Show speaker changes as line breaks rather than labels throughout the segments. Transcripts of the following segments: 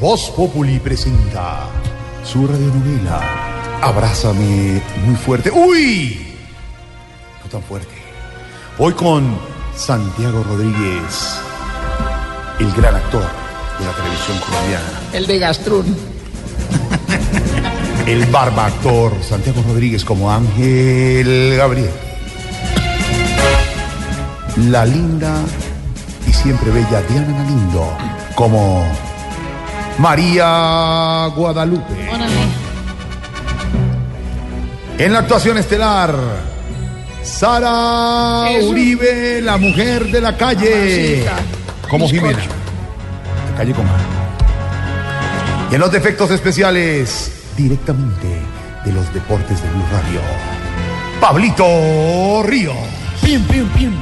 Voz Populi presenta su radionovela Abrázame muy fuerte. ¡Uy! No tan fuerte. Hoy con Santiago Rodríguez, el gran actor de la televisión colombiana.
El de Gastrún.
El barba actor Santiago Rodríguez como Ángel Gabriel. La linda y siempre bella Diana Galindo como María Guadalupe. En la actuación estelar, Sara
Eso.
Uribe, la mujer de la calle.
Mamacita.
Como
Bizcocho.
Jimena. La calle con A. Y en los defectos especiales, directamente de los deportes de Blue Radio, Pablito Río.
Pim, pim, pim.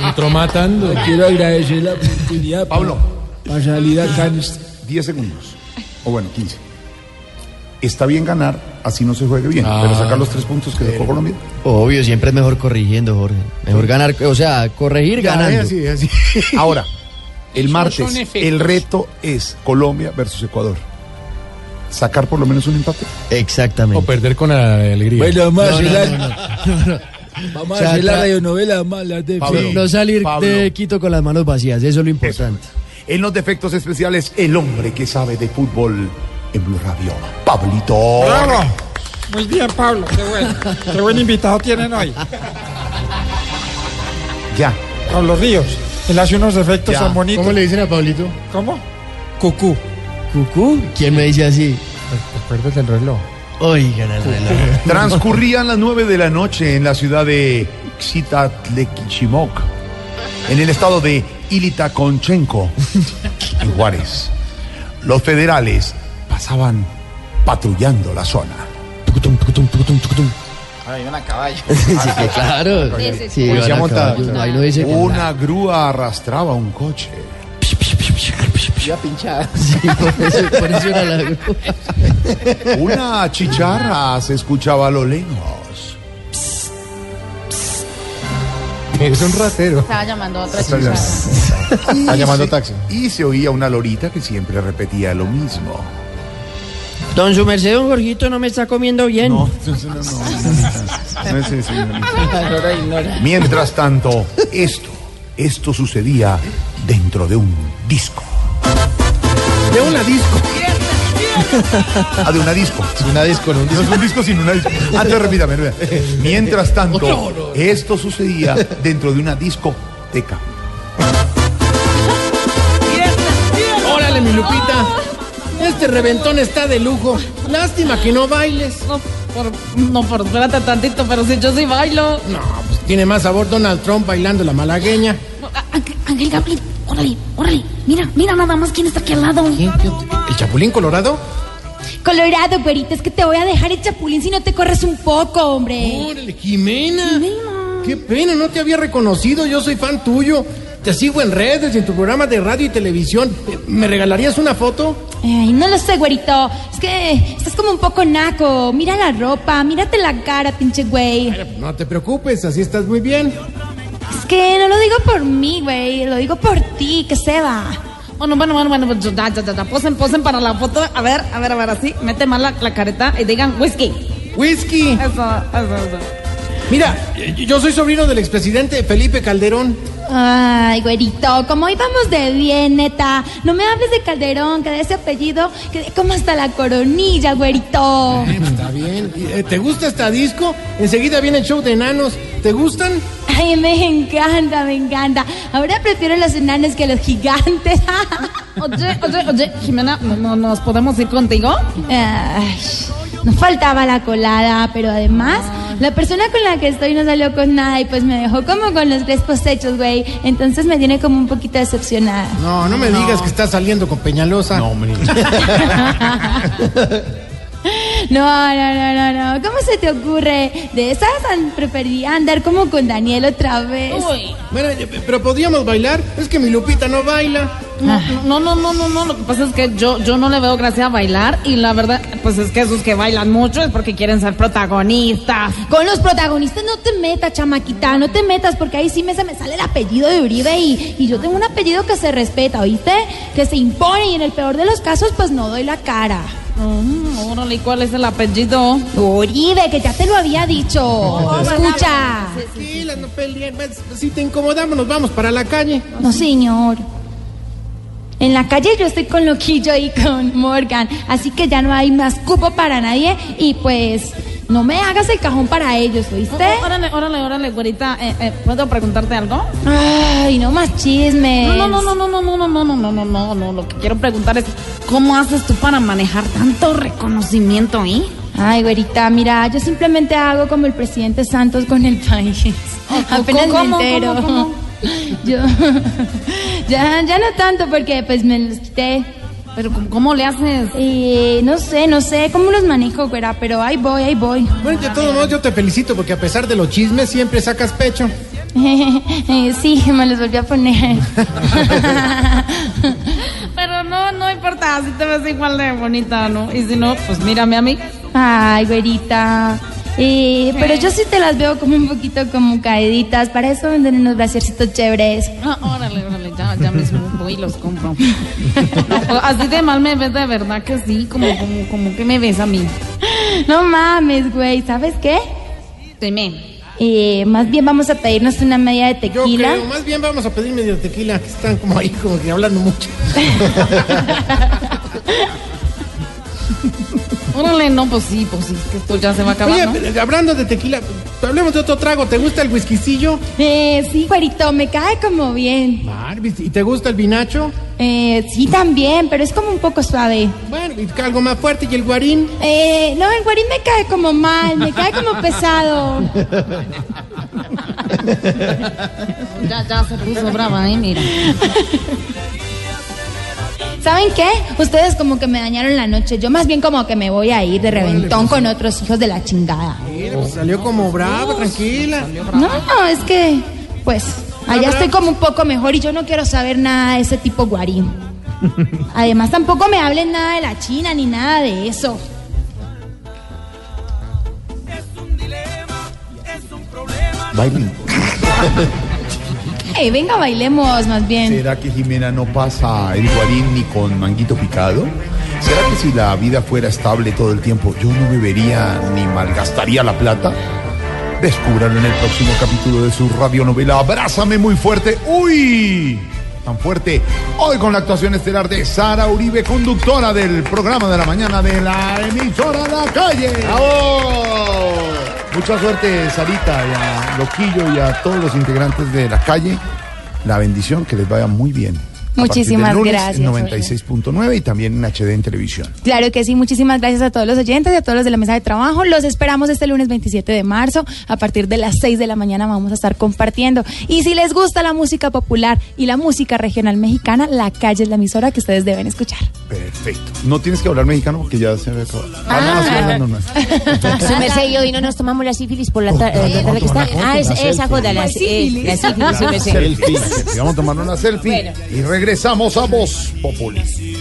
Entró matando.
Quiero agradecer la oportunidad
Pablo.
para salir acá en este-
10 segundos. O bueno, 15. Está bien ganar, así no se juegue bien.
Ah,
pero sacar los tres puntos que dejó Colombia.
Obvio, siempre es mejor corrigiendo, Jorge. Mejor ganar, o sea, corregir ganando.
Ahora, el
son
martes,
efectos.
el reto es Colombia versus Ecuador. Sacar por lo menos un empate.
O
Exactamente.
perder con alegría.
Bueno, vamos a hacer la, vamos
O
a
sea,
hacer la
tra-
radionovela más la de
Pablo.
fin.
no salir
Pablo.
de Quito con las manos vacías, eso es lo importante.
En los defectos especiales, el hombre que sabe de fútbol en Blue Radio, Pablito.
Bravo. Muy bien, Pablo. Qué bueno. Qué buen invitado tienen hoy.
Ya.
Pablo Ríos. Él hace unos efectos
Ya.
tan Pues bonitos.
le dicen a Pablito?
¿Cómo? Cucú.
¿Cucú? ¿Quién me dice así?
Acuérdate del reloj.
Oigan el reloj.
Transcurrían las 9 de la noche en la ciudad de Xitatlequichimoc, en el estado de Ilitaconchenco, en Juárez. Los federales pasaban patrullando la zona. Tucutum, tucutum, tucutum, tucutum.
sí, sí, claro. Sí,
Policía
van a
montada.
caballo, no, ahí no dice que nada.
Una grúa arrastraba un coche.
Sí, por eso, por eso era la
Una chicharra se escuchaba a lo lejos.
Es un ratero.
Estaba llamando a otra
Está
chicharra.
Está llamando taxi. Y se oía una lorita que siempre repetía lo mismo.
Don su merced, don Jorgito no me está comiendo bien.
Mientras tanto, esto, esto sucedía dentro de un disco. De una disco. Ah, de una disco.
Una disco,
No es un disco sino una disco. Ah, entonces repítame, repítame. Mientras tanto, esto sucedía dentro de una discoteca.
Órale, mi Lupita. Este reventón está de lujo. Lástima que no bailes.
No, por, no, por, espérate tantito, pero si yo sí bailo.
No, pues tiene más sabor Donald Trump bailando la malagueña.
Ah, Ángel- Ángel Gabriel, órale, órale, mira, mira nada más quién está aquí al lado.
¿Eh? ¿El Chapulín Colorado?
Colorado, güerita, es que te voy a dejar el chapulín si no te corres un poco, hombre.
Órale, Jimena.
Jimena.
Qué pena, no te había reconocido. Yo soy fan tuyo. Te sigo en redes, y en tu programa de radio y televisión. Eh, ¿Me regalarías una foto?
Ay, no lo sé, güerito, es que estás como un poco naco. Mira la ropa, mírate la cara, pinche güey.
No te preocupes, así estás muy bien.
Es que no lo digo por mí, güey, lo digo por ti, que se va.
Bueno, bueno, bueno, bueno, pues, ya, ya, ya, ya, posen, posen para la foto. A ver, a ver, a ver, así. Mete más la, la careta y digan whisky.
Whisky.
Eso, eso, eso.
Mira, eh, yo soy sobrino del expresidente Felipe Calderón.
Ay, güerito, como íbamos de bien, neta. No me hables de Calderón, que de ese apellido quedé como hasta la coronilla, güerito.
Está bien. Y, eh, ¿Te gusta esta disco? Enseguida viene el show de enanos. ¿Te gustan?
Ay, me encanta, me encanta. Ahora prefiero los enanos que los gigantes.
Oye, oye, oye, Jimena, ¿no, no, nos podemos ir contigo?
Ay, nos faltaba la colada, pero además La persona con la que estoy no salió con nada y pues me dejó como con los crespos hechos, güey. Entonces me tiene como un poquito decepcionada.
No, no me digas que estás saliendo con Peñalosa.
No, hombre.
No, no, no, no, no. ¿Cómo se te ocurre? De esas an- preferiría andar como con Daniel otra vez.
Uy.
Bueno, eh, pero podíamos bailar. Es que mi Lupita no baila.
No, no, no, no, no. Lo que pasa es que yo, yo no le veo gracia a bailar y la verdad, pues es que esos que bailan mucho es porque quieren ser protagonistas.
Con los protagonistas no te metas, chamaquita, no te metas, porque ahí sí me, se me sale el apellido de Uribe y, y yo tengo un apellido que se respeta, ¿oíste? Que se impone y en el peor de los casos, pues no doy la cara.
Mm, órale, ¿y cuál es el apellido?
Uribe, que ya te lo había dicho. Escucha.
Tranquila, no peleen. Pues, Si te incomodamos, nos vamos para la calle.
No, señor. En la calle yo estoy con Loquillo y con Morgan, así que ya no hay más cupo para nadie y pues no me hagas el cajón para ellos, ¿oíste?
Oh, órale, órale, órale, güerita. Eh, eh, ¿Puedo preguntarte algo?
Ay, no más chismes.
No, no, no, no, no, no, no, no, no, no, no, no, no. Lo que quiero preguntar es, ¿cómo haces tú para manejar tanto reconocimiento, eh?
Ay, güerita, mira, yo simplemente hago como el presidente Santos con el país.
Oh,
Apenas me
¿cómo, cómo,
entero.
cómo, cómo?
Yo ya, ya no tanto porque pues me los quité.
Pero ¿cómo, cómo le haces?
Eh, no sé, no sé cómo los manejo, güera, pero ahí voy, ahí voy.
Bueno, de todos modos, yo te felicito porque a pesar de los chismes, siempre sacas pecho.
Eh, sí, me los volví a poner.
Pero no, no importa, así te ves igual de bonita, ¿no? Y si no, pues mírame a mí.
Ay, güerita. Eh, pero yo sí te las veo como un poquito como caeditas. Para eso venden unos braciercitos chéveres.
Ah, órale, órale, ya, ya mismo voy y los compro. No, pues, así de mal me ves de verdad que sí, como, como, como que me ves a mí.
No mames, güey. ¿Sabes qué?
Dime.
Eh, más bien vamos a pedirnos una media de
Yo
tequila.
creo, más bien vamos a pedir medio tequila, que están como ahí, como que hablando mucho.
Órale, no, pues sí, pues sí, que esto ya se va a acabar,
Oye,
¿no?
eh, hablando de tequila, hablemos de otro trago. ¿Te gusta el whiskycillo?
Eh, sí, güerito, me cae como bien.
Marvis, ¿y te gusta el vinacho?
Eh, sí, también, pero es como un poco suave.
Bueno, y algo más fuerte, ¿y el guarín?
Eh, no, el guarín me cae como mal, me cae como pesado.
Ya, ya se puso brava, ¿eh? Mira.
¿Saben qué? Ustedes como que me dañaron la noche. Yo más bien como que me voy a ir de
pues.
reventón con otros hijos de la chingada.
Mira, pues salió como brava, tranquila.
No, no, es que, pues, allá estoy como un poco mejor y yo no quiero saber nada de ese tipo guarín. Además, tampoco me hablen nada de la China ni nada de eso.
Bailen.
Ey, venga, bailemos más bien.
¿Será que Jimena no pasa el guarín ni con manguito picado? ¿Será que si la vida fuera estable todo el tiempo, yo no bebería ni malgastaría la plata? Descúbralo en el próximo capítulo de su radionovela Abrázame muy fuerte. ¡Uy! Tan fuerte. Hoy con la actuación estelar de Sara Uribe, conductora del programa de la mañana de la emisora La Calle. ¡Bravo! Mucha suerte, Sarita, y a Loquillo y a todos los integrantes de La Calle. La bendición, que les vaya muy bien. A partir del
Muchísimas
lunes,
gracias,
en 96.9 y también en HD en televisión.
Claro que sí, muchísimas gracias a todos los oyentes y a todos los de la mesa de trabajo. Los esperamos este lunes 27 de marzo. A partir de las 6 de la mañana vamos a estar compartiendo. Y si les gusta la música popular y la música regional mexicana, la calle es la emisora que ustedes deben escuchar.
Perfecto. No tienes que hablar mexicano porque ya se me acabó.
Ah.
no, sí, hablando normal.
Su merced y hoy no nos tomamos la sífilis por la tarde.
no,
que está.
tomamos
Ah, es,
la
esa
selfie.
joda, la, eh, la sífilis, su merced.
Selfie. Vamos a tomar una selfie y regresamos a Voz Populi.